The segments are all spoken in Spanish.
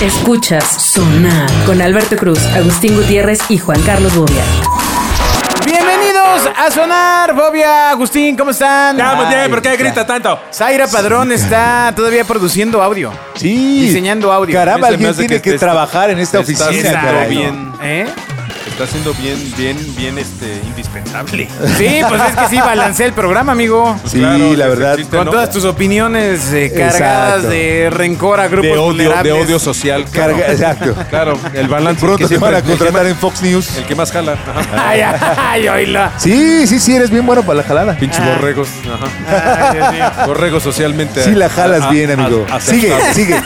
Escuchas Sonar con Alberto Cruz, Agustín Gutiérrez y Juan Carlos Bobia. Bienvenidos a Sonar, Bobia, Agustín, ¿cómo están? Ya, muy bien, Ay, ¿por qué grita tanto? Zaira Padrón está todavía produciendo audio. Sí. Diseñando audio. Caramba, A mí se me alguien hace tiene que, te- trabajar en esta te está oficina, haciendo caray. bien, ¿Eh? está siendo bien, bien, bien, este, indispensable. Sí, pues es que sí, balancea el programa, amigo. Sí, Claro, la que verdad. existe, Con ¿no? todas tus opiniones eh, cargadas Exacto. de rencor a grupos de odio, de vulnerables. odio social. claro. Carga- exacto. Claro, el balance. Pronto que te siempre- van a contratar en Fox News. El que más jala. Ajá. Ay, ay, oíla. Sí, sí, sí, eres bien bueno para la jalada. Pinche borregos. Ajá. Ay, Dios mío. Borregos socialmente. Ah. Sí, la a- jalas a- bien, amigo. a- Sigue, aceptable. sigue.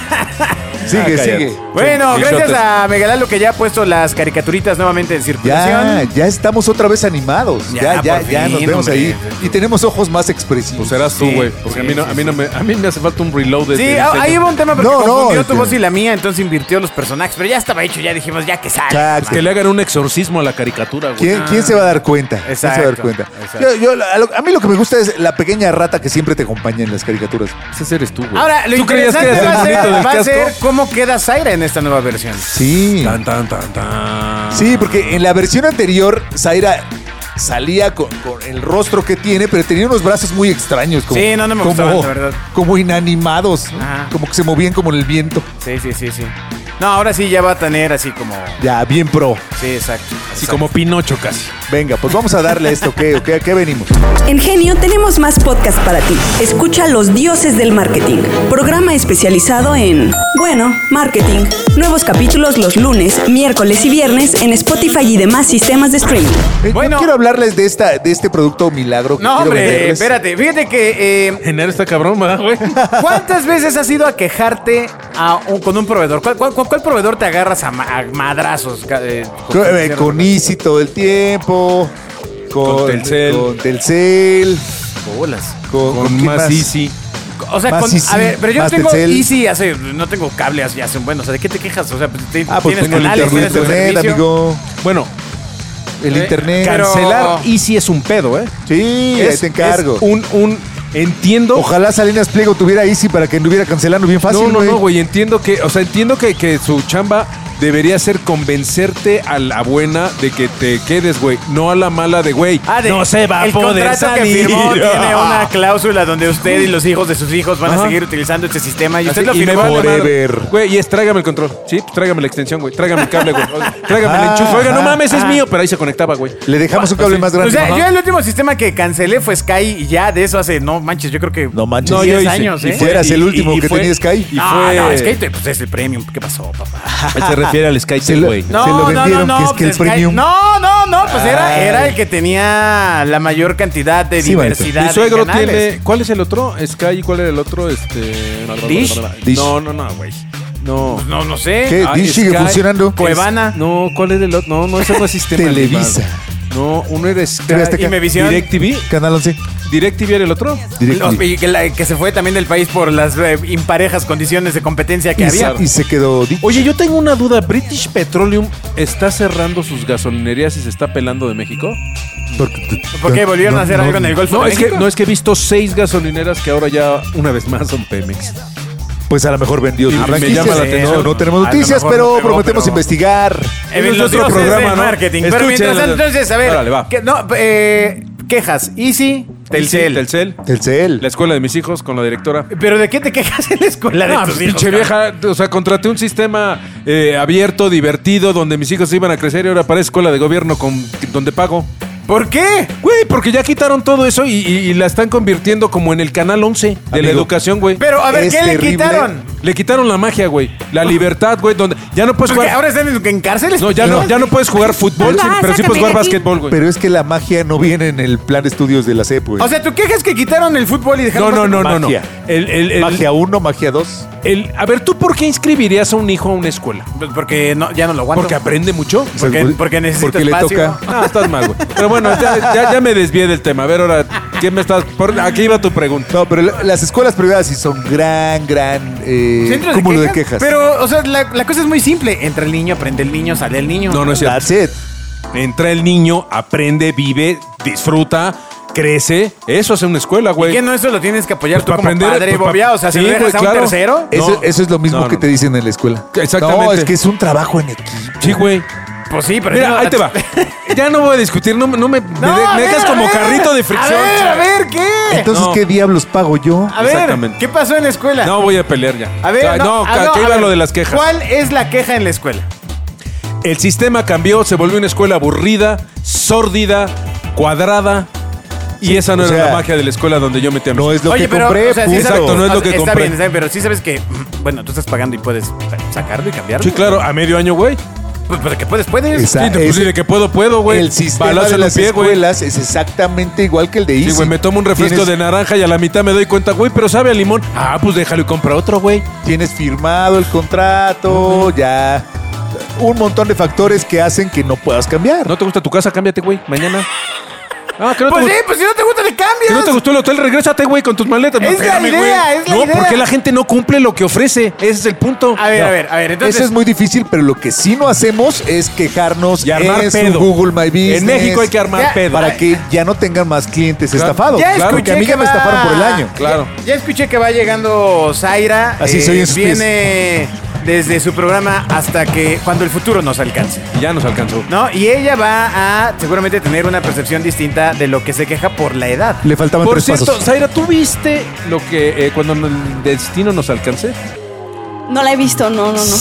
Sigue, Ah, cállate. sigue. Bueno, Sí, gracias shotes. a Megalalo que ya ha puesto las caricaturitas nuevamente en circulación. Ya, ya estamos otra vez animados. Ya, Ya, ya, por ya fin, nos vemos hombre. ahí. Y tenemos ojos más expresivos. Pues serás tú, Sí, güey. Porque sí, a mí no, sí, a mí no me, a mí me hace falta un reload. de- Sí, de ah, diseño. ahí hubo un tema porque No, no, confundió tu este- voz y la mía, entonces invirtió los personajes, pero ya estaba hecho, ya dijimos, ya que sale. Exacto. Pues Que le hagan un exorcismo a la caricatura, güey. ¿Quién, quién se va a dar cuenta? ¿Quién se va a dar Exacto, cuenta? exacto. Yo- yo- a, lo- a mí lo que me gusta es la pequeña rata que siempre te acompaña en las caricaturas. Pues Ese eres tú, Pues, güey. Ahora, lo ¿Tú creías que interesante va a eras el bonito ser, del va a casco? ser cómo queda Zaira en esta nueva versión. Sí. Tan, tan, tan, tan. Sí, porque en la versión anterior, Zaira salía con, con el rostro que tiene, pero tenía unos brazos muy extraños. Como, Sí, no, no me como, gustaban, la verdad. Como inanimados, ¿no? Ajá. como que se movían como en el viento. Sí, sí, sí, sí. No, ahora sí ya va a tener así como... Ya, bien pro. Sí, exacto. Así como Pinocho casi. Venga, pues vamos a darle a esto, ¿qué, qué, qué venimos? Eh, En Genio tenemos más podcast para ti. Escucha Los Dioses del Marketing, programa especializado en, bueno, marketing. Nuevos capítulos los lunes, miércoles y viernes en Spotify y demás sistemas de streaming. Eh, Bueno. Yo quiero hablarles de, esta, de este producto milagro que No, quiero hombre, venderles. espérate. Fíjate que... eh, Genaro está cabrón, ¿verdad, güey? ¿Cuántas veces has ido a quejarte a un- con un proveedor? ¿Cuál, cuál, cuál- cuál proveedor te agarras a, ma- a madrazos? ca- eh, Con, eh, con Easy todo el tiempo, con, Con Telcel. con Telcel, Bolas. con, Con ¿con quién más Easy. O sea, Más con- Easy, a ver, pero yo no más tengo Telcel. Easy hace, no tengo cable hace, hace un buen, o sea, ¿de qué te quejas? O sea, pues, te- Ah, pues tienes tengo el canales, tienes internet, tu internet, servicio. amigo. Bueno, El Eh, internet. pero- cancelar Easy es un pedo, ¿eh? Sí, ahí es, te encargo. es un, un. Entiendo. Ojalá Salinas Pliego tuviera Easy para que no hubiera cancelado bien fácil. no, no, no, güey. Entiendo que. O sea, entiendo que, que su chamba debería ser convencerte a la buena de que te quedes, güey. No a la mala de, güey. Ah, de- no se va a el poder contrato que salir. firmó tiene Ah. una cláusula donde usted y los hijos de sus hijos van a Ajá. seguir utilizando este sistema y usted Así, lo y me firmó. vale madre. Forever. Güey, y es tráigame el control. Sí, pues tráigame la extensión, güey. Tráigame el cable, güey. Oiga, Tráigame el Ah, enchufe. Oiga, no ajá. mames, es mío. Pero ahí se conectaba, güey. Le dejamos un cable más O grande. sea, Ajá. yo el último sistema que cancelé fue Sky y ya de eso hace, no manches, yo creo que No manches. no, No, yo 10 hice. años, Y ¿eh? Si eras el y- último y- y que fue- tenías, Sky. y- no, fue- no, es que pues, es el premium. ¿Qué pasó, papá? Se refiere al Sky Se lo- güey. No, Se lo vendieron, que es que el pues, premium. No, no, no, pues era, Ay. era el que tenía la mayor cantidad de Sí, pues. manito. diversidad. Mi en suegro canales. tiene. ¿Cuál es el otro? Sky y cuál era el otro, este. Dish. Dish. No, no, no, güey. No. Pues No, no sé. ¿Qué? Ah, Dish sigue Sky, funcionando. Cuevana. No, ¿cuál era el otro? No, no, ese no es sistema. Televisa. privado. No, uno era Sky. TV Azteca. ¿Y Megavisión? DirecTV. Canal 11. DirecTV era el otro. Directo. Los- y que, la- que se fue también del país por las eh, imparejas condiciones de competencia que Y, había. se- y se quedó. di- Oye, yo tengo una duda. ¿British Petroleum está cerrando sus gasolinerías y se está pelando de México? porque- ¿Por qué volvieron no, a hacer no, algo en el Golfo? No, de es que, México? no, es que he visto seis gasolineras que ahora ya una vez más son Pemex. Pues a lo mejor vendió. Y sus me franquicias. llama la atención. No, no A tenemos lo noticias, mejor pero no pegó, prometemos pero- investigar. Eh, Ese es los otro dioses del programa, ¿no? marketing. Pero Escuchen, mientras tanto, entonces, a ver. Órale, va. que- no, eh, quejas. Easy, Telcel. Sí, Telcel. Telcel. La escuela de mis hijos con la directora. ¿Pero de qué te quejas en la escuela de Ah, tus pues, hijos? pinche vieja, o sea, contraté un sistema eh, abierto, divertido, donde mis hijos se iban a crecer y ahora parece escuela de gobierno con donde pago. ¿Por qué? Güey, porque ya quitaron todo eso y, y- y la están convirtiendo como en el canal 11 de la Amigo. educación, güey. Pero, a ver, Es ¿qué le terrible. quitaron? Le quitaron la magia, güey. La libertad, güey, donde ya no puedes Porque jugar. Pues, ahora están en, en cárceles. No, ya no, ya no puedes jugar fútbol, sí, pero sí puedes jugar básquetbol, güey. Pero es que la magia no viene en el plan de estudios de la CEP, güey. O sea, tu queja es que quitaron el fútbol y No, dejaron. no, no, no, no. Magia. Eh, El- el- el- magia 1, magia 2. el- a ver, ¿tú por qué inscribirías a un hijo a una escuela? Pues Porque no, ya no lo aguanto. ¿Porque aprende mucho? Porque- porque necesita Porque le espacio. toca. No, estás mal, güey. Pero bueno, ya, ya- ya me desvié del tema. A ver, ahora, ¿qué me estás...? por- aquí iba tu pregunta. No, pero la- las escuelas privadas sí son gran, gran eh, ¿Centro cúmulo de quejas. Pero, o sea, la, la cosa es muy simple. Entra el niño, aprende el niño, sale el niño. No, no es cierto. That's it. Entra el niño, aprende, vive, disfruta, crece. Eso hace una escuela, güey. ¿Quién no eso lo tienes que apoyar Pues tú para como aprender, padre y pues, pa- bobia? O sea, si Sí, lo dejas güey, a un claro. tercero. No. Eso, eso es lo mismo No, que no. te dicen en la escuela. Exactamente. No, es que es un trabajo en equipo. Sí, güey. Pues sí, pero. Mira, ahí te va. Ya no voy a discutir, no, me- no me, me No, de- a me ver, dejas a como ver. carrito de fricción. A ver, a chavo. ver, ¿qué? Entonces, No. ¿qué diablos pago yo? a ver, Exactamente. ¿qué pasó en la escuela? No voy a pelear ya. A ver, Ah, no, ah, ca- que a iba ver, lo de las quejas. ¿Cuál es la queja en la escuela? El sistema cambió, se volvió una escuela aburrida, sórdida, cuadrada. Y esa no o era sea, la magia de la escuela donde yo metía a mis No es lo Oye, que pero, compré, o sea, sí puto. sabes- Exacto, no es o lo sea, que está compré. bien, está bien, pero sí sabes que, mm, bueno, tú estás pagando y puedes sa- sacarlo y cambiarlo. Sí, claro, a medio año, güey. Pues, pues, que puedes, puedes. Sí, Exacto. pues, ese- sí, de que puedo, puedo, güey. el sistema Balazo de en un las pie, güey. escuelas es exactamente igual que el de Sí, Easy. güey, me tomo un refresco Tienes- de naranja y a la mitad me doy cuenta, güey, pero sabe a limón. Ah, pues déjalo y compra otro, güey. Tienes firmado el contrato, ya. Un montón de factores que hacen que no puedas cambiar. ¿No te gusta tu casa? Cámbiate, güey, mañana. Ah, que no, Pues te, sí, gu- pues si no te gusta, le cambias. que no te gustó el hotel, regrésate, güey, con tus maletas. No, Es la espérame, idea, güey. es la No, idea. porque la gente no cumple lo que ofrece. Ese es el punto. A ver, No. a ver, a ver, entonces. Eso es muy difícil, pero lo que sí no hacemos es quejarnos Y armar en su pedo. Google My Business. En México hay que armar Ya, pedo. Para que ya no tengan más clientes Claro. estafados. ya claro, escuché porque a mí que ya me va- estafaron por el año. Claro. Ya, ya escuché que va llegando Zaira. eh, Así soy en sus pies. Viene desde su programa hasta que cuando el futuro nos alcance. Y ya nos alcanzó. ¿No? Y ella va a seguramente tener una percepción distinta de lo que se queja por la edad. Le faltaban Por tres cierto, pasos. Zaira, ¿tú viste lo que eh, cuando el destino nos alcance? No la he visto, no, no, no.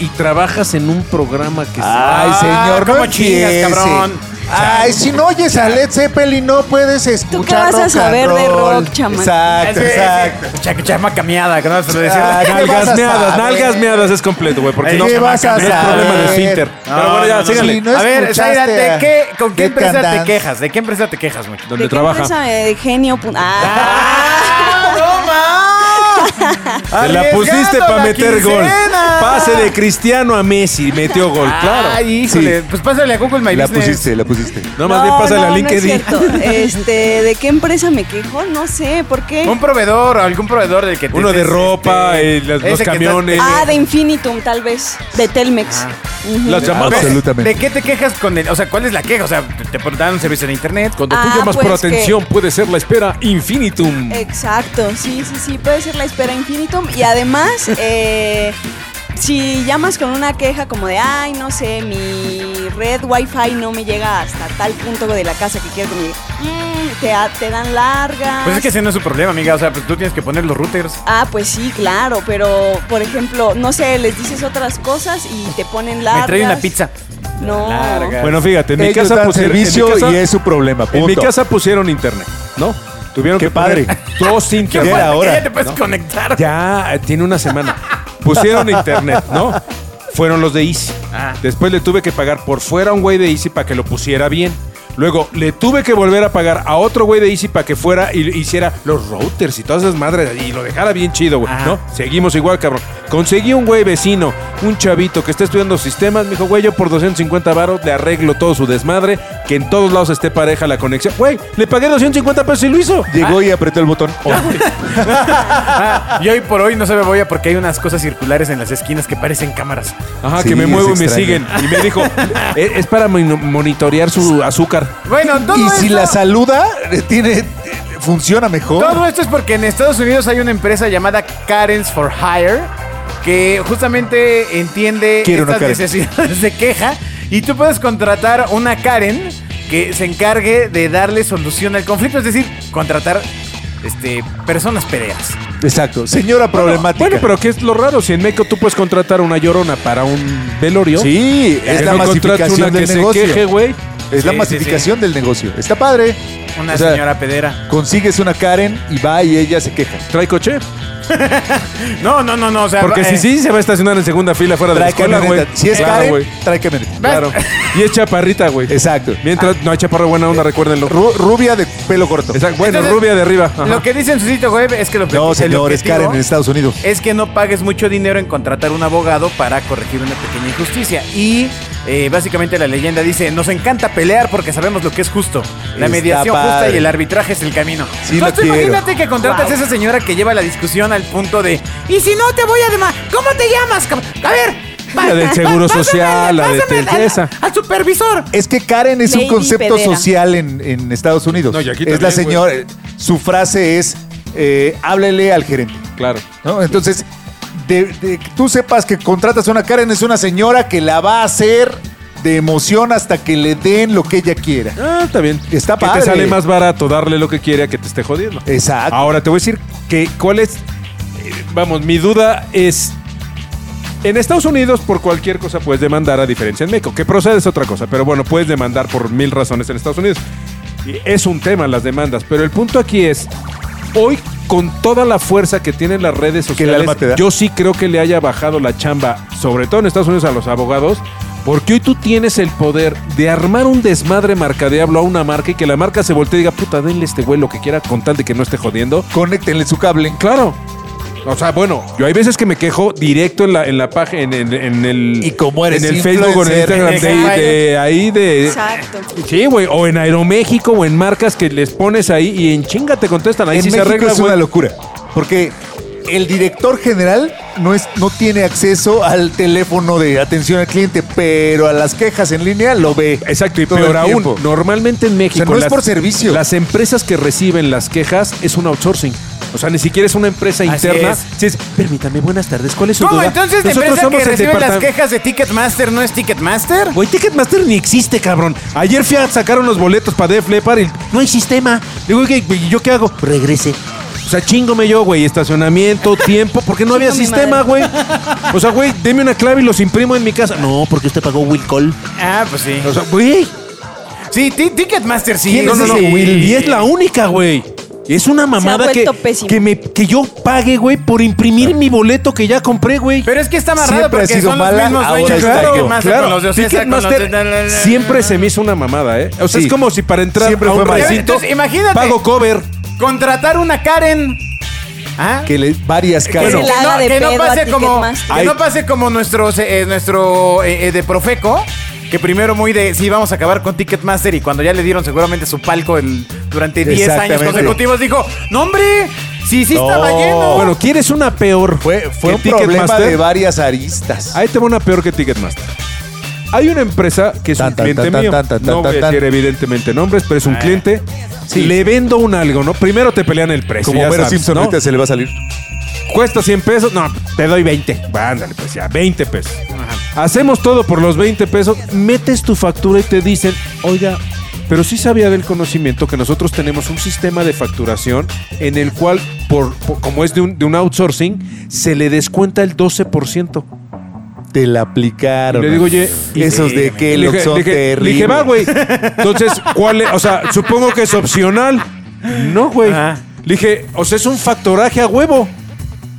Y trabajas en un programa que Ay, Ah, señor, ¿cómo no chingas, empieces. cabrón? Ay, si no oyes a Led Zeppelin, no puedes escuchar vas a rock and saber de roll. rock, chamaco? Exacto, exacto. Cha- chama cameada, que no vas a decir. Ah, se... ¿qué vas a Nalgas meadas, saber? nalgas meadas es completo, güey, porque ¿Qué no se vas a marca, no es saber? problema de esfínter. No, Pero bueno, ya, no, no, síganle. sí, no a ver, escuchaste Zaira, ¿de a- qué, ¿con qué de empresa Candance. te quejas? ¿De qué empresa te quejas, Mucho? Donde ¿De qué trabaja. empresa? Eh, de genio. pu- Ah. ¡Ah, no Te la pusiste para meter gol. Pase de Cristiano a Messi, metió gol, claro. Ay, híjole. Pues pásale a Google My La Business. pusiste, la pusiste. No, más bien pásale no, a no es LinkedIn. cierto. este, ¿de qué empresa me quejo? No sé, ¿por qué? Un proveedor, algún proveedor del que te- Uno de este, ropa, eh, Ah. los- ese los que estás- camiones. eh, Ah, de Infinitum, tal vez. De Telmex. Ujú. Ah, Las pues, llamadas. Absolutamente. ¿De qué te quejas con el? O sea, ¿cuál es la queja? O sea, te, te dan un servicio en internet. Cuando tú Ah, llamas por pues que- atención, puede ser la espera infinitum. Exacto, sí, sí, sí, puede ser la espera infinitum. Y además, eh, si llamas con una queja como de, ay, no sé, mi red wifi no me llega hasta tal punto de la casa que quiero que me llegue", Mm, te, a- te dan largas. Pues es que ese no es su problema, amiga. O sea, pues tú tienes que poner los routers. Ah, pues sí, claro, pero por ejemplo, no sé, les dices otras cosas y te ponen largas. Me trae una pizza. No. Larga. Bueno, fíjate, en mi Ellos casa dan pusieron servicio en mi casa- y es su problema, En mi punto. casa pusieron internet, ¿no? Tuvieron Qué que poner padre. dos ¿Qué internet. padre. falta? ahora, Que ya te puedes conectar. Ya eh, tiene una semana. Pusieron internet, ¿no? Fueron los de Easy. Ah. Después le tuve que pagar por fuera a un güey de Easy para que lo pusiera bien. Luego le tuve que volver a pagar a otro güey de Easy para que fuera y le hiciera los routers y todas esas madres y lo dejara bien chido, güey. Ajá. ¿No? Seguimos igual, cabrón. Conseguí un güey vecino, un chavito que está estudiando sistemas. Me dijo, güey, yo por 250 baros le arreglo todo su desmadre, que en todos lados esté pareja la conexión. Güey, le pagué 250 pesos y lo hizo. Llegó y apretó el botón. Ah. Y hoy por hoy no se me voy a porque hay unas cosas circulares en las esquinas que parecen cámaras. Ajá, Sí, que me es muevo y me extraño. siguen. Y me dijo, es, es para mon- monitorear su azúcar. Bueno, todo y si esto- la saluda, eh, tiene, eh, funciona mejor. Todo esto es porque en Estados Unidos hay una empresa llamada Karens for Hire que justamente entiende Quiero una estas Karen. necesidades de queja y tú puedes contratar una Karen que se encargue de darle solución al conflicto, es decir, contratar este personas peleas. Exacto. Señora problemática. Bueno, pero ¿qué es lo raro? Si en México tú puedes contratar una llorona para un velorio. Sí, que es la no contrates masificación Eh, una que del se negocio. queje, güey. es Sí, la sí, masificación del negocio. Está padre. Una O sea, señora pedera. Consigues una Karen y va y ella se queja. Trae coche. No, no, no, no, o sea, Porque eh, si sí, se va a estacionar en segunda fila fuera de la Trae escuela, camioneta. güey. Si es Claro, Karen, güey. trae camioneta. Claro. Y es Eh, chaparrita, güey. Exacto. Mientras no hay chaparra buena onda, recuérdenlo. Ru- rubia de pelo corto. Exacto. Bueno, Entonces, rubia de arriba. Ajá. Lo que dice en su sitio web es que lo No, el señores, objetivo- Karen en Estados Unidos. es que no pagues mucho dinero en contratar un abogado para corregir una pequeña injusticia. Y eh, básicamente la leyenda dice, nos encanta pelear porque sabemos lo que es justo. La Está mediación justa padre. y el arbitraje es el camino. Sí, Entonces, lo quiero. imagínate que contratas a esa señora que lleva la discusión al punto de, y si no te voy a demandar, ¿cómo te llamas? cabrón? A ver. La del Seguro Social, la de Pásamela Telcel, esa. al supervisor. Es que Karen es un Lady concepto Pedera. social en, en Estados Unidos. No, y aquí es la también, señora. Su frase es: eh, háblele al gerente. Claro. ¿no? Entonces, de, de que tú sepas que contratas a una Karen, es una señora que la va a hacer de emoción hasta que le den lo que ella quiera. Ah, está bien. Está que padre. te sale más barato darle lo que quiere a que te esté jodiendo. Exacto. Ahora te voy a decir que cuál es. eh, Vamos, mi duda es. En Estados Unidos por cualquier cosa puedes demandar, a diferencia en México, que procede es otra cosa, pero bueno, puedes demandar por mil razones en Estados Unidos. Y Es un tema las demandas, pero el punto aquí es, hoy con toda la fuerza que tienen las redes el sociales, alma te da. yo sí creo que le haya bajado la chamba, sobre todo en Estados Unidos, a los abogados, porque hoy tú tienes el poder de armar un desmadre marcadiablo a una marca y que la marca se voltee y diga, puta, denle a este güey lo que quiera con tal de que no esté jodiendo. Conéctenle su cable. Claro. O sea, bueno, yo hay veces que me quejo directo en la, en la página, en, en- en el, Y como eres en el Facebook o en el influencer, Instagram de, de ahí de. Exacto. Sí, güey, o en Aeroméxico o en marcas que les pones ahí y en chinga te contestan. Ahí en sí México se arregla, es una güey. locura. Porque el director general no, es, no tiene acceso al teléfono de atención al cliente, pero a las quejas en línea lo ve. Exacto, y todo el peor aún, tiempo. normalmente en México. O sea, no es por servicio. Las empresas que reciben las quejas es un outsourcing. O sea, ni siquiera es una empresa Así interna. es. Sí, es, permítame, buenas tardes, ¿cuál es su ¿Cómo duda? entonces la Nosotros empresa que somos el recibe las departam- quejas de Ticketmaster no es Ticketmaster? Güey, Ticketmaster ni existe, cabrón. Ayer fui a sacaron los boletos para Def Leppard y no hay sistema. Digo, "Oye, güey, ¿y ¿yo qué hago? Regrese. O sea, chingome yo, güey. Estacionamiento, tiempo, porque no había Chingo mi sistema, madre. güey. O sea, güey, deme una clave y los imprimo en mi casa. No, porque usted pagó Will Call. Ah, pues sí. O sea, güey. Sí, ti- Ticketmaster sí. No, no, no, sí. Will. Y es la única, güey. Y Es una mamada que, vuelto pésimo. que, me, que yo pague, güey, por imprimir mi boleto que ya compré, güey. Pero es que está amarrado Siempre ha porque sido son mala, los mismos dueños ahora de está Claro, Ticketmaster claro. con los de Ocesa, con los de- Ticketmaster siempre se me hizo una mamada, ¿eh? O sea, Sí. es como si para entrar Siempre a un fue mal. recinto Entonces, imagínate. pago cover. Contratar una Karen. ¿Ah? Que le, varias Que, caras. se que la no, haga de que no pedo a pase como Ticketmaster. que no pase como nuestros, eh, eh, nuestro eh, eh, de Profeco que primero muy de sí vamos a acabar con Ticketmaster y cuando ya le dieron seguramente su palco el, durante 10 años Exactamente. consecutivos dijo no hombre sí sí estaba No. lleno Bueno, ¿quieres una peor? Fue, fue que un problema Ticketmaster? de varias aristas. Ahí te va una peor que Ticketmaster. Hay una empresa que es Tan, un tan, cliente tan, tan, mío. tan, tan, no tan, voy a tan. decir evidentemente nombres, pero Eh. es un cliente. Sí. Le vendo un algo, ¿no? Primero te pelean el precio. Como ya Homero sabes, Simpson ¿no? ahorita se le va a salir. Cuesta 100 pesos. No, te doy 20. Va, Ándale, pues ya, 20 pesos. Hacemos todo por los 20 pesos. Metes tu factura y te dicen, oiga, pero sí sabía del conocimiento que nosotros tenemos un sistema de facturación en el cual, por, por- como es de un, de un outsourcing, se le descuenta el 12%. Te la aplicaron. Le digo, oye, esos de Le Kellogg dije- son le dije- terribles. Le dije, va, güey. Entonces, ¿cuál es? O sea, supongo que es opcional. No, güey. Ajá. Le dije, o sea, es un factoraje a huevo.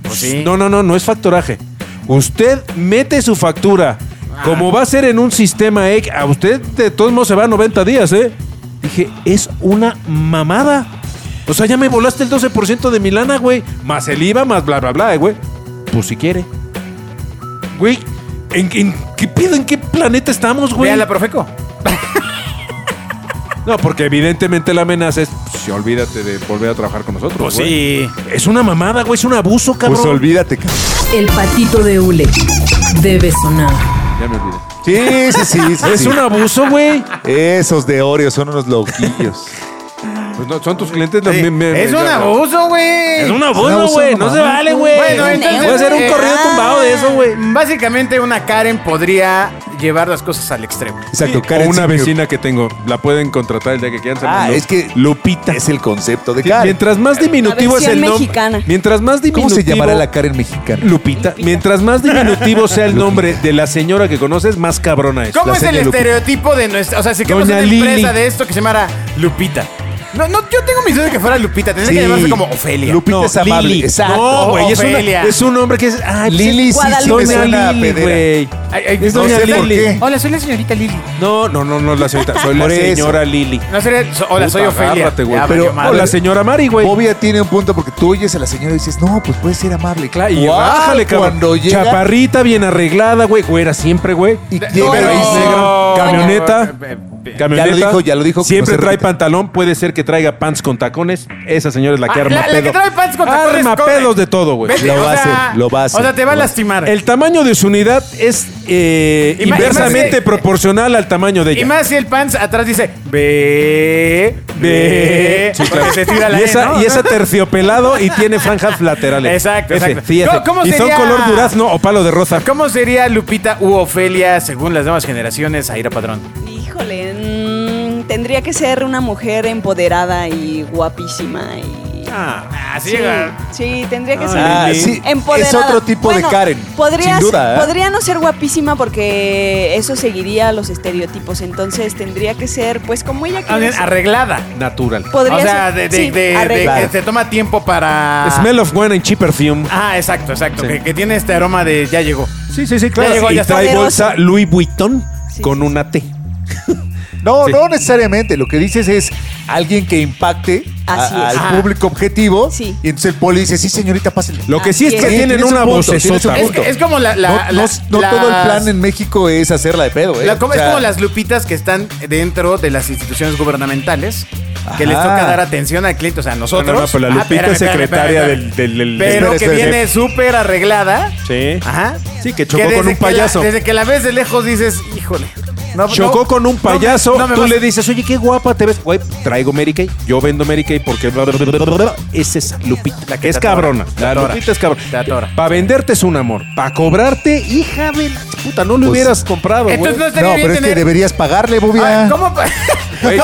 Pues sí. No, no, no, no es factoraje. Usted mete su factura. Ah. Como va a ser en un sistema X, a usted de todos modos se va a 90 días, ¿eh? Dije, es una mamada. O sea, ya me volaste el 12% de mi lana, güey. Más el IVA, más bla, bla, bla, eh, güey. Pues si quiere. Güey, ¿en, en qué pedo, en qué planeta estamos, güey? Ve a la Profeco No, porque evidentemente la amenaza es, pues, olvídate de volver a trabajar con nosotros, güey. sí Es una mamada, güey, es un abuso, cabrón. Pues olvídate, cabrón. El patito de hule debe sonar. ya me olvidé. Sí, sí, sí. sí, Es sí. un abuso, güey. Esos de Oreo son unos loquillos. Pues no, son tus clientes los Sí. me- me- es me- un ya- abuso güey Es un abuso, güey. No se vale, güey. Bueno, entonces, Puede ser un eh, corrido ah. tumbado de eso, güey. básicamente una Karen podría llevar las cosas al extremo Exacto, O una Singer. vecina que tengo. La pueden contratar el día que quieran. se Ah, llama es que Lupita. Es el concepto de Karen. Mientras más diminutivo La es el versión nombre. mexicana. Mientras más diminutivo. ¿Cómo se llamará la Karen mexicana? Lupita. Mientras más diminutivo sea el nombre de la señora que conoces, más cabrona es. ¿Cómo La es el seña Lupita. estereotipo de nuestra? O sea, si queremos Doña una empresa Lili. de esto que se llamara Lupita. No, no, yo tengo mis dudas de que fuera Lupita. Tendría que Sí. llamarse como Ofelia. Lupita es amable. Lili. Exacto. No, güey. Es, una- Ofelia. es un hombre que es. Ay, pues Lili es sí, sí me Doña suena a Lili, pedera. güey. Ay, ay, Es no doña sé por Lili. qué. Hola, soy la señorita Lili. No, no, no, no es la señorita. Soy la Por eso. señora Lili. No sería. so- hola, soy Puta, Ofelia. agárrate, güey. Ya Pero- valió madre. o la señora Mari, güey. Obvia tiene un punto porque tú oyes a la señora y dices, no, pues puede ser amable. Claro, y ¿Cuál? bájale, cabrón. Cuando llega Chaparrita, bien arreglada, güey. Güera siempre, güey. y llega No, y Pero dice, negra, camioneta. eh, eh, Camioneta, Ya lo dijo, ya lo dijo, que Siempre no se trae repita. pantalón, puede ser que traiga pants con tacones. Esa señora es la que Ah, arma la- la pedo. que trae pants con tacones, Arma corre. pedos de todo, güey. Vete, Lo o va a sea, hacer, lo va a hacer, O sea, te va a lo va a lastimar. El tamaño de su unidad es eh, Y más- inversamente y más que- proporcional al tamaño de ella. y más si el pants atrás dice ve, de... ve, porque se tira la y, E, esa, ¿no? y esa terciopelado y tiene franjas laterales. Exacto, F, exacto. sí, F. ¿Cómo- cómo y son sería? color durazno o palo de rosa. ¿Cómo sería Lupita u Ofelia según las nuevas generaciones, Aira Padrón? Híjole, mm, tendría que ser una mujer empoderada y guapísima y... Ah, así Sí, llega. sí, tendría que ser Ah, sí, empoderada. es otro tipo de Bueno, Karen, podría sin duda, ser- ¿eh? podría no ser guapísima porque eso seguiría los estereotipos. Entonces tendría que ser, pues, como ella Ah, quiere bien, ser. Arreglada. Natural. Podría o sea, ser- de, de- sí, de- de arreglada. que se toma tiempo para. Ah. Smell of wine and cheap perfume. Ah, exacto, exacto. Sí. Que, que tiene este aroma de ya llegó. Sí, sí, sí, Ya llegó, y ya está. trae Poderoso. bolsa Louis Vuitton Sí, con sí, una T. No, Sí. no necesariamente. Lo que dices es alguien que impacte a- Así es. al Ajá. público objetivo. Sí. Y entonces el poli dice, sí, señorita, pásale. Lo Ah, que sí es Así que es. tienen Tienes un una punto, tienes un vocesota. Es, punto. es como la. la- no la- no- no todo el las- plan en México es hacerla de pedo, ¿eh? la- como- O sea, es como las lupitas que están dentro de las instituciones gubernamentales que les Ajá. toca dar atención al cliente, o sea, a nosotros. No, no, no, pero la Ah, Lupita espérame, es espérame, secretaria espérame, del- espérame. del- del- Pero Espera, que espera, viene súper arreglada. Sí. Ajá. Sí, que chocó con desde un que la- payaso. desde que la ves de lejos dices, híjole. no- Chocó Ah, pues no- con un no me- payaso, no me tú vas- le dices, oye, qué guapa te ves. Güey, traigo Mary Kay, yo vendo Mary Kay porque... bla, bla, bla, bla, bla, bla. Es esa Lupita. La La que que es te atora, cabrona. te La atora, Lupita es te atora. cabrona. Para venderte es un amor. Para cobrarte, hija de... la Puta, no lo Pues- hubieras comprado, güey. Entonces no estaría No, bien pero es que tener- deberías pagarle, bobia. Ay, ¿Cómo? pa- Güey,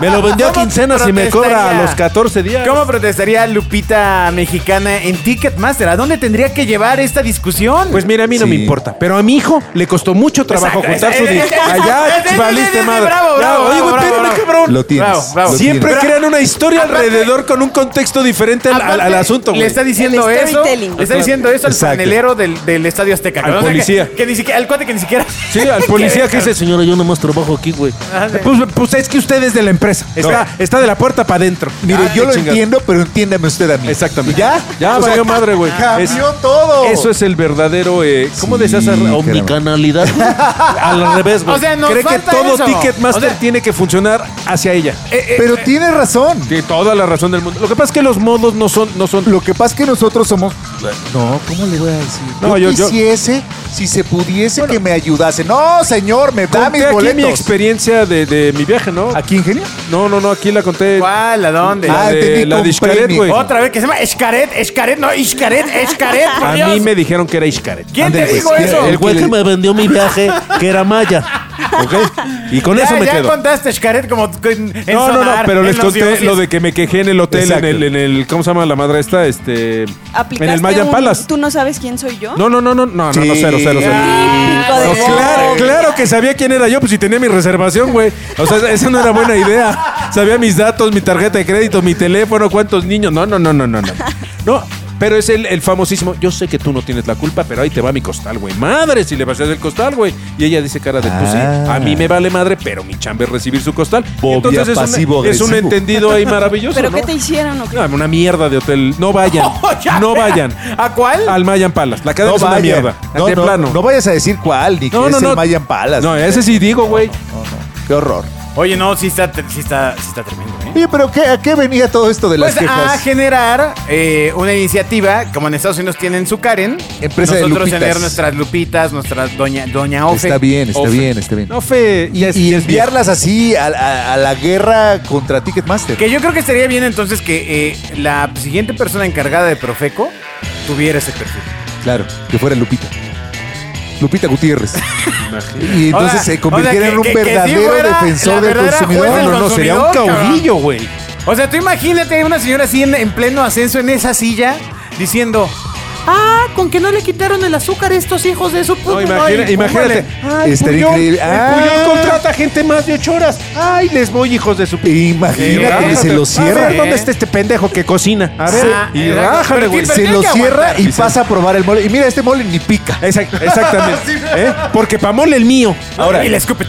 me lo vendió a cómo quincenas y me cobra a protestaría? los 14 días. ¿Cómo protestaría Lupita Mexicana en Ticketmaster? ¿A dónde tendría que llevar esta discusión? Pues mira, a mí no Sí. me importa. Pero a mi hijo le costó mucho trabajo Exacto, juntar su es- dinero. es- es- Allá, es- es- es- valiste es- madre. bravo, Ya, bravo, Oye, güey, bravo, espérame, bravo. cabrón. Lo tienes. Bravo, bravo. lo Siempre tienes. crean una historia Aparte- alrededor con un contexto diferente al, al- al Aparte, asunto, güey. Le está diciendo El eso. storytelling. Le está diciendo eso al Exacto. panelero del, del Estadio Azteca. Al ¿no? O sea, policía. que, que ni siquiera, al cuate que ni siquiera. Sí, al policía que dice, señora, yo nomás trabajo aquí, güey. Ah, sí. Pues, pues es que usted es de la empresa. Está, está de la puerta para adentro. Mire, Ah, yo qué lo chingas. entiendo, pero entiéndame usted a mí. Exactamente. Pues, ¿Y ¿Ya? Ya O sea, valió madre, güey. Cambió Es- todo. Eso es el verdadero. eh, ¿Cómo Sí, decías? caramba. Omnicanalidad. Al revés, güey. O sea, nos Cree que falta todo eso. Ticketmaster O sea- eh, tiene que funcionar hacia ella. Pero tiene razón. Tiene toda la razón del mundo. Lo que pasa es que los modos no son. No, son, Lo que pasa es que nosotros somos. No, ¿cómo le voy a decir? No, yo, yo- yo- quisiese, si se pudiese, que me ayudase. No, señor, me da conté mis aquí mi boletos. experiencia de, de mi viaje, ¿no? ¿Aquí, ingenio? No, no, no, aquí la conté. ¿Cuál? ¿A dónde? La Ah, de entendí, la de compré Xcaret, mi- güey. Otra vez que se llama Escaret, Escaret, no, Iscaret, Escaret. por A Dios. mí me dijeron que era Iscaret. ¿Quién Ándale, te pues, dijo mira, eso? el güey que me vendió mi viaje, que era Maya. ¿Ok? Y con ya, eso me ya quedo. contaste Escaret como en en No, no, no, Sonar, pero en les Los conté Dioses. lo de que me quejé en el hotel, en Exacto. el, en el- ¿cómo se llama la madre esta? Este, en ¿Aplicaste el Mayan un- Palace. ¿Tú no sabes quién soy yo? No, no, no, no, no, no, no, Sí. cero, cero, cero. Típico de No, vos. claro, claro que sabía quién era yo, pues si tenía mi reservación, güey. O sea, esa no era buena idea. Sabía mis datos, mi tarjeta de crédito, mi teléfono, cuántos niños. No, no, no, no, no, no. No, pero es el, el famosísimo. Yo sé que tú no tienes la culpa, pero ahí te va mi costal, güey. Madre, si le pasas el costal, güey. Y ella dice cara de, pues sí, Ah. a mí me vale madre, pero mi chamba es recibir su costal. Bobia Entonces es un- e, es un, pasivo-agresivo. entendido ahí maravilloso. ¿Pero ¿no? qué te hicieron o qué? No, una mierda de hotel. No vayan. Ya. no vayan. ¿A cuál? Al Mayan Palace. La cadena es una vaya. mierda. No, de no, plano. no vayas a decir cuál, ni que es el Mayan Palace. No, ese sí digo, güey. Qué horror. Oye, no, sí está, sí está, sí está tremendo, ¿eh? Oye, pero qué, ¿a qué venía todo esto de las Pues a quejas? generar eh, una iniciativa, como en Estados Unidos tienen su Karen. Empresa de nosotros lupitas. tener nuestras lupitas, nuestras doña, doña Ofe. pues, Está bien, está Ofe. bien, está bien. No, fe. Y, es- y es bien. enviarlas así a, a- a la guerra contra Ticketmaster. Que yo creo que estaría bien entonces que eh, la siguiente persona encargada de Profeco tuviera ese perfil. Claro, que fuera Lupita. Lupita Gutiérrez. y O entonces sea, se convirtiera o sea, que- en un que- que sí verdadero fuera la defensor del verdadera consumidor. juez del No, no, No, sería un consumidor, caudillo, güey. O sea, tú imagínate a una señora así en, en pleno ascenso en esa silla diciendo... Ah, con que no le quitaron el azúcar a estos hijos de pues, su puta No, imagina- madre". imagínate. Órale. Ay, Estaría Puyol, increíble. el Ah. Puyol contrata gente más de ocho horas. Ay, les voy, hijos de su p. Imagínate, Sí, se lo A cierra. Ah, ver, ¿dónde está este pendejo que cocina? A ver. Sí. y Exacto. rájale, Pero güey. tiene- Se Tendría lo que cierra aguantar. y pasa a probar el mole. Y mira, este mole ni pica. Exact- exactamente. ¿Eh? Porque Pamol el mío. Y le escupe.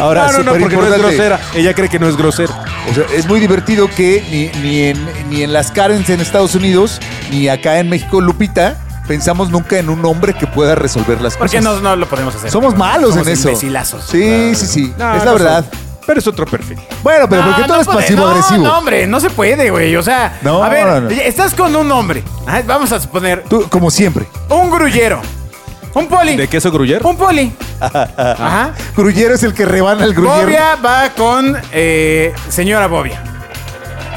Ahora, no, no, no, porque no es superimportante. grosera. Ella cree que no es grosera. O sea, es muy divertido que ni, ni en, ni en las Karens en Estados Unidos, ni acá en México, Lupita pensamos nunca en un hombre que pueda resolver las Porque cosas. no, no lo podemos hacer. Somos malos Somos en eso. imbecilazos. Sí, sí, sí. No, es la no verdad. son. Pero es otro perfil. Bueno, pero porque No, tú no eres puede- pasivo-agresivo. No, no, hombre, no se puede, güey. O sea, No, a ver, no, no. estás con un hombre. Ajá, Vamos a suponer Tú, como siempre. un grullero. Un poli. ¿De queso gruyer? Un poli. Ajá. Grullero es el que rebana el grullero. Bobia va con eh, señora Bobia.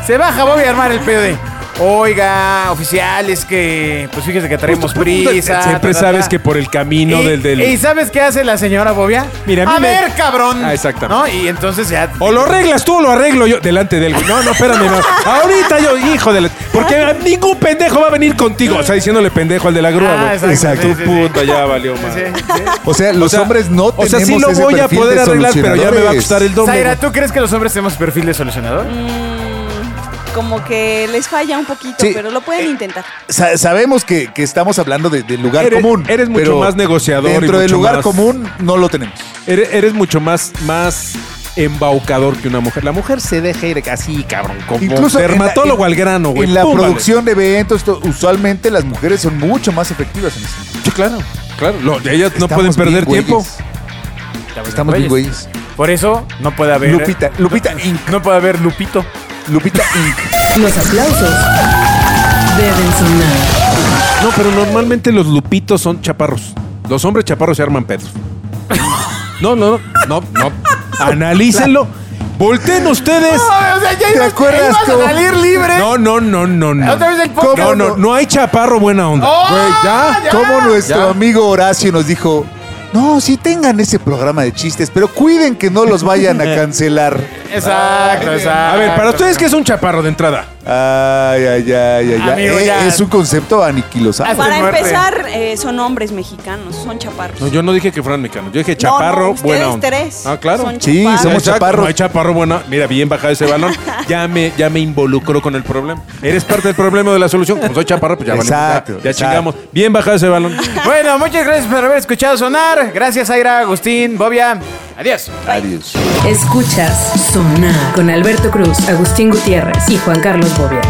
Se baja Bobia a armar el pedo de. Oiga, oficial, es que. Pues fíjese que traemos prisa. Siempre ta, ta, ta". sabes que por el camino y, del... del- ¿Y sabes qué hace la señora Bobia? Mira, a mí a me- ver, cabrón. Ah, exactamente. Oh, ¿No? Y entonces ya. O lo arreglas tú o lo arreglo yo. Delante del güey. No, no, espérame, no. Ahorita yo, hijo de la... Porque ningún pendejo va a venir contigo. O sea, diciéndole pendejo al de la grúa, Ah, güey. Exacto. sí, sí, sí. Puta, ya valió más. Sí, sí. O sea, los hombres no O tenemos sea, sí lo ese voy a perfil poder de arreglar, pero ya me va a costar el doble. Zaira, güey. ¿tú crees que los hombres tenemos perfil de solucionador? Mm, como que les falla un poquito, Sí. pero lo pueden intentar. Sa- sabemos que, que estamos hablando de- del lugar Eres- común. eres mucho pero más negociador y Dentro del mucho lugar más- común no lo tenemos. Eres, eres mucho más, más embaucador que una mujer. La mujer se deja ir así, cabrón. Como Incluso en la- dermatólogo en- al grano, güey. En la Pum, vale. producción de eventos, to- usualmente las mujeres son mucho más efectivas en este Sí, claro. Claro, lo- ellas no pueden perder tiempo. Estamos bien, güeyes. Por eso no puede haber. Lupita, Lupita Inc. No puede haber Lupito. Lupita Inc. Los aplausos deben sonar. No, pero normalmente los lupitos son chaparros. Los hombres chaparros se arman pedos. No, no, no, no, no. Analícenlo. Volteen ustedes. o sea, ya ¿Te acuerdas cómo- libre. No, no, no, no, no. Otra vez el podcast. No, no, no hay chaparro buena onda. ¡Oh! Güey, ya. Ya. Como nuestro Ya. amigo Horacio nos dijo, no, sí tengan ese programa de chistes, pero cuiden que no los vayan a cancelar. Exacto, exacto. A ver, para ustedes, ¿qué es un chaparro de entrada? Ay, ay, ay, ay, ay. Amigo, Eh, ya. Es un concepto aniquilosado. Hasta Para muerte. empezar, eh, son hombres mexicanos, son chaparros. No, yo no dije que fueran mexicanos. Yo dije chaparro no, ustedes buena onda. tres Ah, claro. son Sí, chaparros. somos Exacto, chaparros. No hay chaparro buena. Mira, bien bajado ese balón. Ya me, ya me involucró con el problema. Eres parte del problema o de la solución. Como soy chaparro, pues ya vale. Exacto, ya, ya exacto. chingamos. Bien bajado ese balón. Bueno, muchas gracias por haber escuchado sonar. Gracias, Aira, Agustín, Bobia. Adiós. Adiós. Escuchas Sonar con Alberto Cruz, Agustín Gutiérrez y Juan Carlos Bobia.